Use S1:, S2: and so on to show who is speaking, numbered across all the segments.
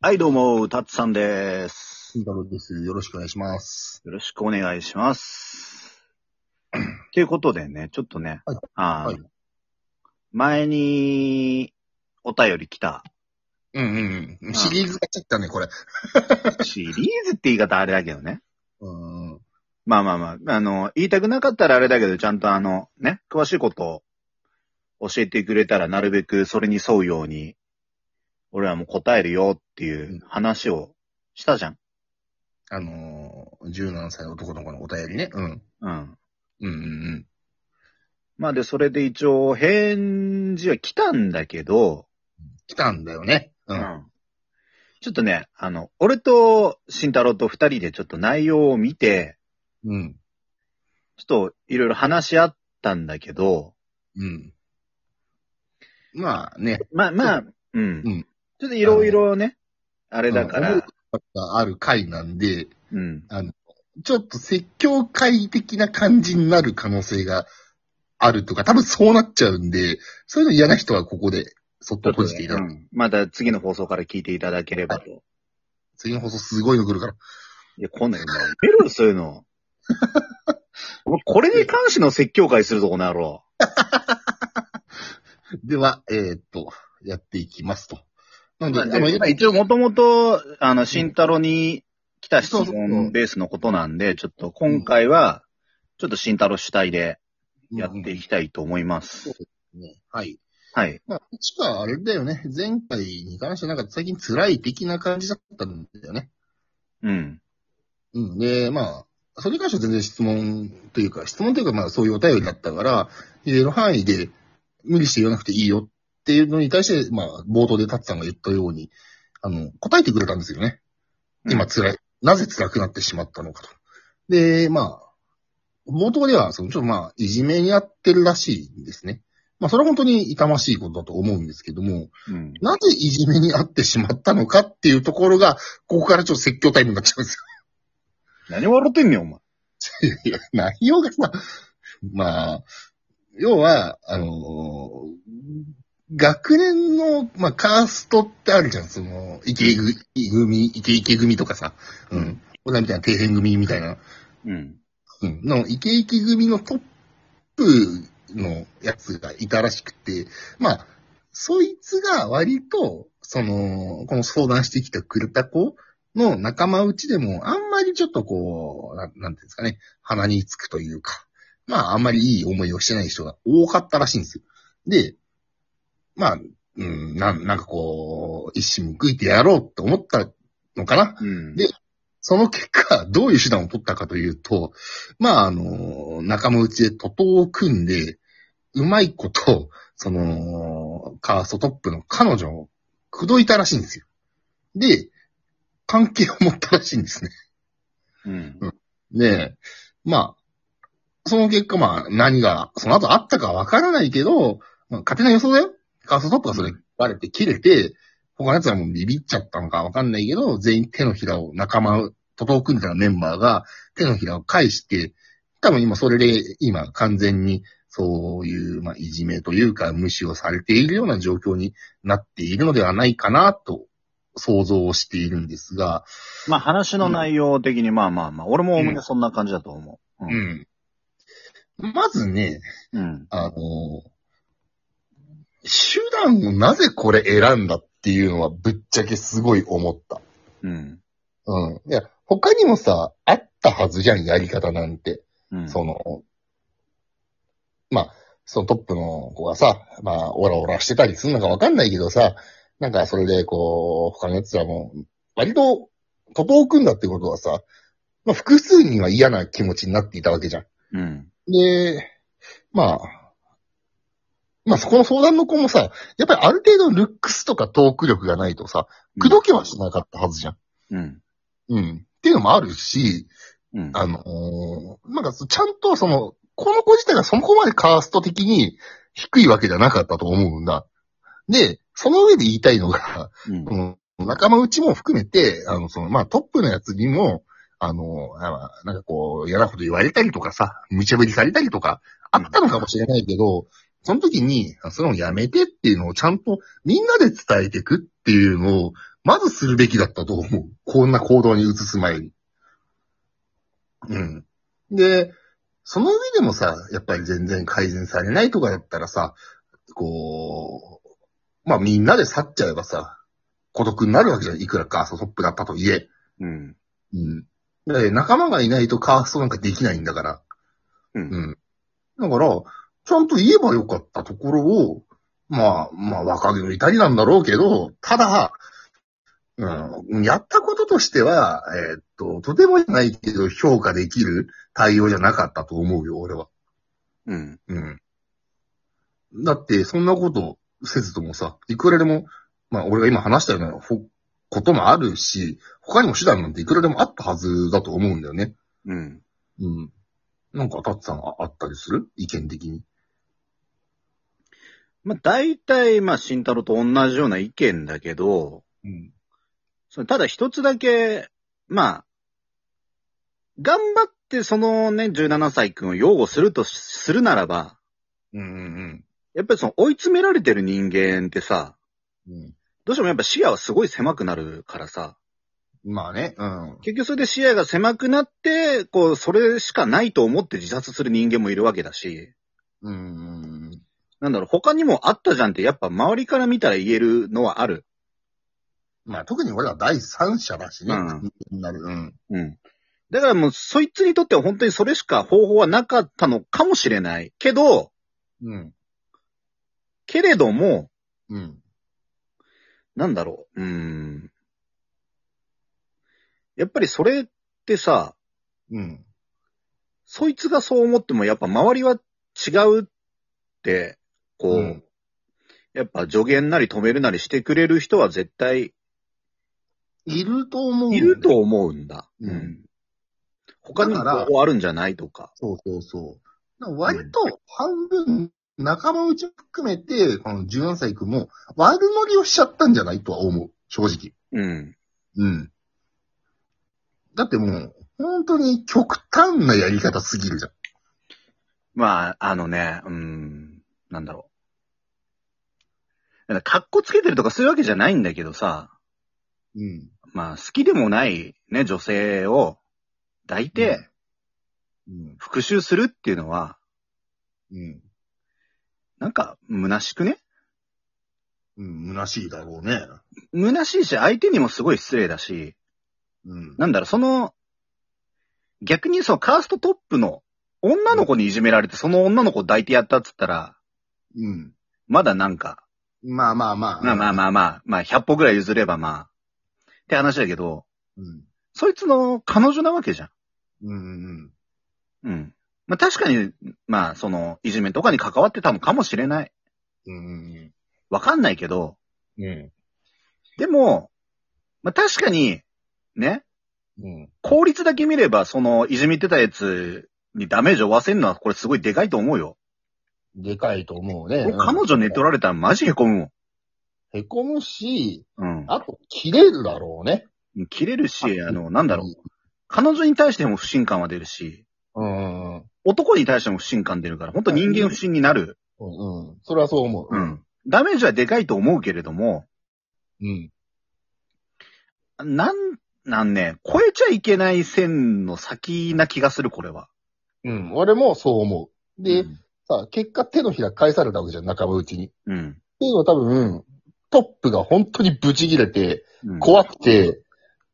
S1: はい、どうも、たつさんです。
S2: 慎太郎です。よろしくお願いします。
S1: よろしくお願いします。ということでね、ちょっとね、
S2: はい
S1: あー
S2: はい
S1: 前にお便り来た
S2: うんうんうん。シリーズがちゃったね、これ。
S1: シリーズって言い方あれだけどね。
S2: うん。
S1: まあまあまあ、あの、言いたくなかったらあれだけど、ちゃんとあの、ね、詳しいことを教えてくれたら、なるべくそれに沿うように、俺はもう答えるよっていう話をしたじゃん。
S2: あのー、17歳男の子のお便りね。うん。
S1: うん。
S2: うんうん
S1: まあで、それで一応、返事は来たんだけど、
S2: うん。来たんだよね。う。
S1: うんんちょっとね、あの、俺と慎太郎と二人でちょっと内容を見て、
S2: うん。
S1: ちょっといろいろ話し合ったんだけど、
S2: うん。まあね。
S1: まあまあ、うん。
S2: うん
S1: ちょっといろいろね、あれだか
S2: うん
S1: ら、
S2: ある回なんで、
S1: うん。
S2: ちょっと説教会的な感じになる可能性があるとか、多分そうなっちゃうんで、そういうの嫌な人はここで、そっと閉じていただ
S1: う
S2: く。
S1: んまた次の放送から聞いていただければと。い
S2: 次の放送すごいの来るから。
S1: や、こんなん、やめろよ、そういう の。お前これに関しての説教会するぞ、この野郎。
S2: では、えーっと、やっていきますと。なんで、
S1: ま
S2: あ
S1: あ
S2: の、
S1: でまあ一応もともと、あの、慎太郎に来た質問ベースのことなんで、ちょっと今回は、ちょっと慎太郎主体でやっていきたいと思います。
S2: うんね。はい。
S1: はい。
S2: まあ、確かあれだよね。前回に関してなんか最近辛い的な感じだったんだよね。
S1: うん。
S2: うん。で、まあ、それに関しては全然質問というか、質問というかまあそういうお便りだったから、言える範囲で無理して言わなくていいよっていうのに対して、まあ、冒頭でタツさんが言ったように、あの、答えてくれたんですよね。今辛い。なぜ辛くなってしまったのかと。で、まあ、冒頭では、その、ちょっとまあ、いじめにあってるらしいんですね。まあ、それは本当に痛ましいことだと思うんですけども、
S1: うん。
S2: なぜいじめにあってしまったのかっていうところが、ここからちょっと説教タイムになっちゃうんです
S1: 何笑ってんねん、お前。
S2: よ。 いや、内容がまあ、まあ、要は、あの学年の、まあ、カーストってあるじゃん。その、イケイグイ組、イケイケ組とかさ、うん。俺らみたいな底辺組みたいな
S1: うん。
S2: うんの、イケイケ組のトップのやつがいたらしくて、まあ、そいつが割と、その、この相談してきたくれた子の仲間内でも、あんまりちょっとこう、ななんていうんですかね、鼻につくというか、まあ、あんまりいい思いをしてない人が多かったらしいんですよ。で、まあ、うん、なんなんかこう、一矢報いてやろうと思ったのかな
S1: うん。
S2: でその結果、どういう手段を取ったかというと、まあ、あの、仲間内で徒党を組んで、うまいこと、その、カーストトップの彼女を口説いたらしいんですよ。で、関係を持ったらしいんですね。
S1: うん。
S2: で、まあ、その結果、まあ、何が、その後あったかはわからないけど、まあ、勝手な予想だよ。カーストトップがそれバレて切れて、他の奴はもうビビっちゃったのかわかんないけど、全員手のひらを仲間、徒党を組んでたメンバーが手のひらを返して、多分今それで、今完全に、そういう、まあ、いじめというか、無視をされているような状況になっているのではないかな、と想像をしているんですが、
S1: まあ話の内容的に、まあまあまあ、俺もおおむねそんな感じだと思う。う。
S2: うんん。まずね、
S1: うん。
S2: あの、手段をなぜこれ選んだっていうのはぶっちゃけすごい思った。
S1: うん。
S2: うん。いや、他にもさ、あったはずじゃん、やり方なんて。
S1: うん。
S2: その、まあ、そのトップの子がさ、まあ、オラオラしてたりするのかわかんないけどさ、なんかそれでこう、他の奴らも、割と、徒党を組んだってことはさ、まあ複数人は嫌な気持ちになっていたわけじゃん。
S1: うん。
S2: で、まあ、まあそこの相談の子もさ、やっぱりある程度ルックスとかトーク力がないとさ、口説けはしなかったはずじゃん。
S1: うん。
S2: うん。っていうのもあるし、
S1: うん。
S2: あのーなんかそちゃんとその、この子自体がそこまでカースト的に低いわけじゃなかったと思うんだ。で、その上で言いたいのが、
S1: うん
S2: その仲間内も含めて、あの、その、まあ、トップのやつにも、あの、あなんかこう、嫌なこと言われたりとかさ、無茶ぶりされたりとか、あったのかもしれないけど、その時に、それをやめてっていうのをちゃんとみんなで伝えていくっていうのを、まずするべきだったと思う。こんな行動に移す前に。うん。で、その上でもさ、やっぱり全然改善されないとかだったらさ、こう、まあみんなで去っちゃえばさ、孤独になるわけじゃん。いくらカーストトップだったといえ。
S1: うん。
S2: うん。だって仲間がいないとカーストなんかできないんだから。
S1: うん
S2: だから、ちゃんと言えばよかったところを、まあ、まあ若気の至りなんだろうけど、ただ、うん、やったこととしては、えーっと、とてもじゃないけど評価できる対応じゃなかったと思うよ、俺は。
S1: うん。
S2: うん。だって、そんなことせずともさ、いくらでも、まあ、俺が今話したようなほこともあるし、他にも手段なんていくらでもあったはずだと思うんだよね。
S1: うん。
S2: うん。なんか、たつさんああったりする意見的に。
S1: まあ、大体、まあ、慎太郎と同じような意見だけど、
S2: うん。
S1: それただ一つだけ、まあ、頑張ってそのね、17歳くんを擁護するとしするならば、
S2: うんうん
S1: やっぱりその追い詰められてる人間ってさ、
S2: うん。
S1: どうしてもやっぱ視野はすごい狭くなるからさ、
S2: まあね、うん。
S1: 結局それで視野が狭くなって、こう、それしかないと思って自殺する人間もいるわけだし、
S2: うん。
S1: なんだろう、他にもあったじゃんってやっぱ周りから見たら言えるのはある。
S2: まあ、特に俺は第三者だしね。
S1: うん
S2: 気になる。うん。
S1: うん。だからもう、そいつにとっては本当にそれしか方法はなかったのかもしれない。けど、
S2: うん。
S1: けれども、
S2: うん。
S1: なんだろう、うーん。やっぱりそれってさ、
S2: うん。
S1: そいつがそう思ってもやっぱ周りは違うって、こう、
S2: うん
S1: やっぱ助言なり止めるなりしてくれる人は絶対
S2: いると思う。
S1: いると思うんだ。
S2: うん
S1: 他にも
S2: だから
S1: 方法あるんじゃないとか。
S2: そうそうそう。だから割と半分、仲間内含めて、この17歳くんも悪乗りをしちゃったんじゃないとは思う。正直。
S1: うん。
S2: うん。だってもう、本当に極端なやり方すぎるじゃん。
S1: まあ、あのね、うん、なんだろう。なんか、かっこつけてるとかそういうわけじゃないんだけどさ、
S2: うん。
S1: まあ、好きでもないね、女性を抱いて、
S2: うん。
S1: 復讐するっていうのは、
S2: うん。
S1: なんか、虚しくね
S2: うん。虚しいだろうね。
S1: 虚しいし、相手にもすごい失礼だし、
S2: うん。
S1: なんだろう、その、逆にそのカーストトップの女の子にいじめられて、その女の子を抱いてやったっつったら、
S2: うん。
S1: まだなんか、
S2: まあまあまあ。
S1: まあまあ
S2: あ。
S1: まあまあ、まあ100歩ぐらい譲ればまあ、って話だけど、
S2: うん。
S1: そいつの彼女なわけじゃ
S2: うん。
S1: ん。うん。まあ確かに、まあその、いじめとかに関わってたのかもしれない。
S2: うん。
S1: わかんないけど、
S2: うん。
S1: でも、まあ確かに、ね、
S2: うん。
S1: 効率だけ見れば、その、いじめてたやつにダメージを負わせるのは、これすごいでかいと思うよ。
S2: でかいと思うね。
S1: もう彼女寝取られたらマジへこむ
S2: へこむし、
S1: もん。
S2: あと、切れるだろうね。
S1: うん。切れるし、
S2: あ
S1: あの、なんだろう。彼女に対しても不信感は出るし、
S2: うん。うん。
S1: 男に対しても不信感出るから、本当人間不信になる。
S2: うん。それはそう思う。
S1: う。ん。ダメージはでかいと思うけれども、
S2: うん。
S1: なん、なんね、超えちゃいけない線の先な気がする、これは。
S2: うん。俺もそう思う。で、
S1: うん
S2: さ、結果手のひら返されたわけじゃん、仲間内に。っ
S1: うん。
S2: ていうのは多分、トップが本当にブチ切れて、
S1: うん
S2: 怖くて、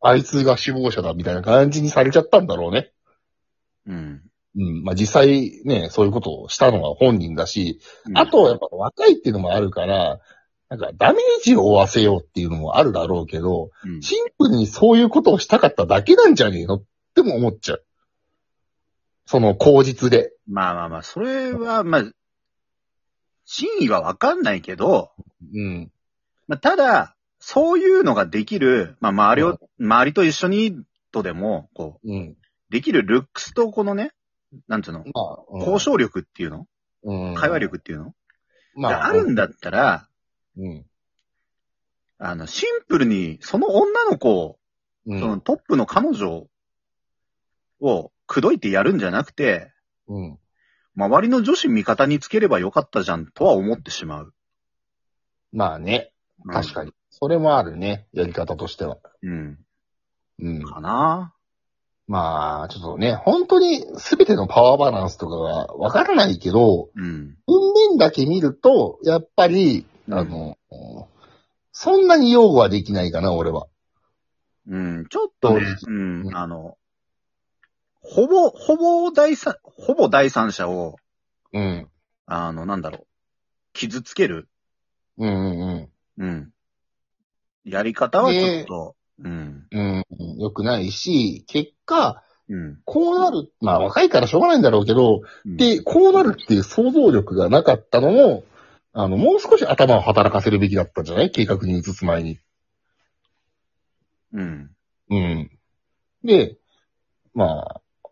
S2: あいつが首謀者だみたいな感じにされちゃったんだろうね。
S1: うん。
S2: うん。まあ、実際ね、そういうことをしたのは本人だし、
S1: うん
S2: あと、やっぱ若いっていうのもあるから、なんかダメージを負わせようっていうのもあるだろうけど、
S1: うん
S2: シンプルにそういうことをしたかっただけなんじゃねえのっても思っちゃう。その口実で。
S1: まあまあまあ、それは、まあ、真意はわかんないけど、
S2: うん。
S1: まあ、ただ、そういうのができる、まあ、周りを、周りと一緒にとでも、こ
S2: うん。
S1: う、できるルックスとこのね、なんつうの、
S2: まあ、うん
S1: 交、渉力っていうの、
S2: うん
S1: 会話。力っていうの、
S2: ま
S1: が
S2: あ、
S1: あるんだったら、
S2: うん。
S1: あの、シンプルに、その女の子を、
S2: う
S1: その
S2: ん。
S1: トップの彼女を、口説いてやるんじゃなくて、
S2: うん。
S1: 周りの女子味方につければよかったじゃんとは思ってしまう。
S2: まあね。
S1: うん
S2: 確かに。それもあるね。やり方としては。
S1: うん。
S2: うん。
S1: かな
S2: まあ、ちょっとね、本当に全てのパワーバランスとかがわからないけど、
S1: うん。
S2: 文面だけ見ると、やっぱり、あの、そんなに擁護はできないかな、俺は。
S1: うん、ちょっとね、
S2: う
S1: うん、あの、ほぼ、ほぼ第三、ほぼ第三者を、
S2: うん。
S1: あの、なんだろう、傷つける、
S2: うんうん
S1: うん。やり方はちょっと、うん、
S2: うん。うん。よくないし、結果、
S1: うん。
S2: こうなる、まあ若いからしょうがないんだろうけど、
S1: うん、
S2: で、こうなるっていう想像力がなかったのも、あの、もう少し頭を働かせるべきだったんじゃない計画に移す前に。
S1: うん。
S2: うん。で、まあ、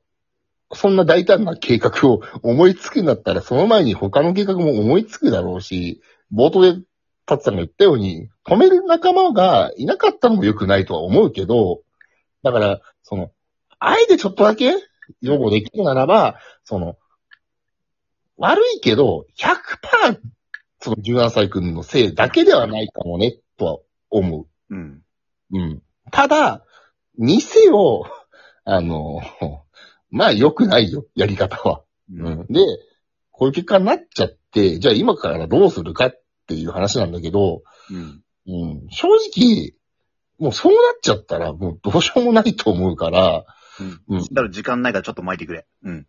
S2: そんな大胆な計画を思いつくんだったら、その前に他の計画も思いつくだろうし、冒頭でタツさんが言ったように、止める仲間がいなかったのも良くないとは思うけど、だから、その、あえてちょっとだけ擁護できるならば、その、悪いけど、100%、その17歳くんのせいだけではないかもね、とは思う。
S1: うん。
S2: うん。ただ、にせよ、 あの、 まあ良くないよ、やり方は。
S1: う
S2: うん
S1: ん。。
S2: で、こういう結果になっちゃって、じゃあ今からどうするかっていう話なんだけど、
S1: うん。
S2: うん、正直、もうそうなっちゃったら、もうどうしようもないと思うから、
S1: う
S2: うんん。
S1: だから時間ないからちょっと巻いてくれ。うん。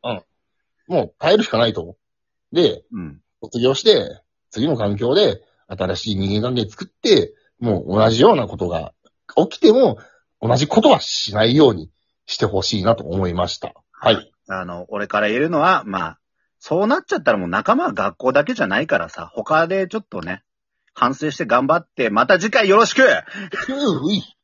S2: もう耐えるしかないと思う。で、
S1: うん。
S2: 卒業して、次の環境で新しい人間関係作って、もう同じようなことが起きても、同じことはしないようにしてほしいなと思いました。はい。
S1: あの、俺から言えるのは、まあ、そうなっちゃったらもう仲間は学校だけじゃないからさ、他でちょっとね、反省して頑張って、また次回よろしく
S2: ういうい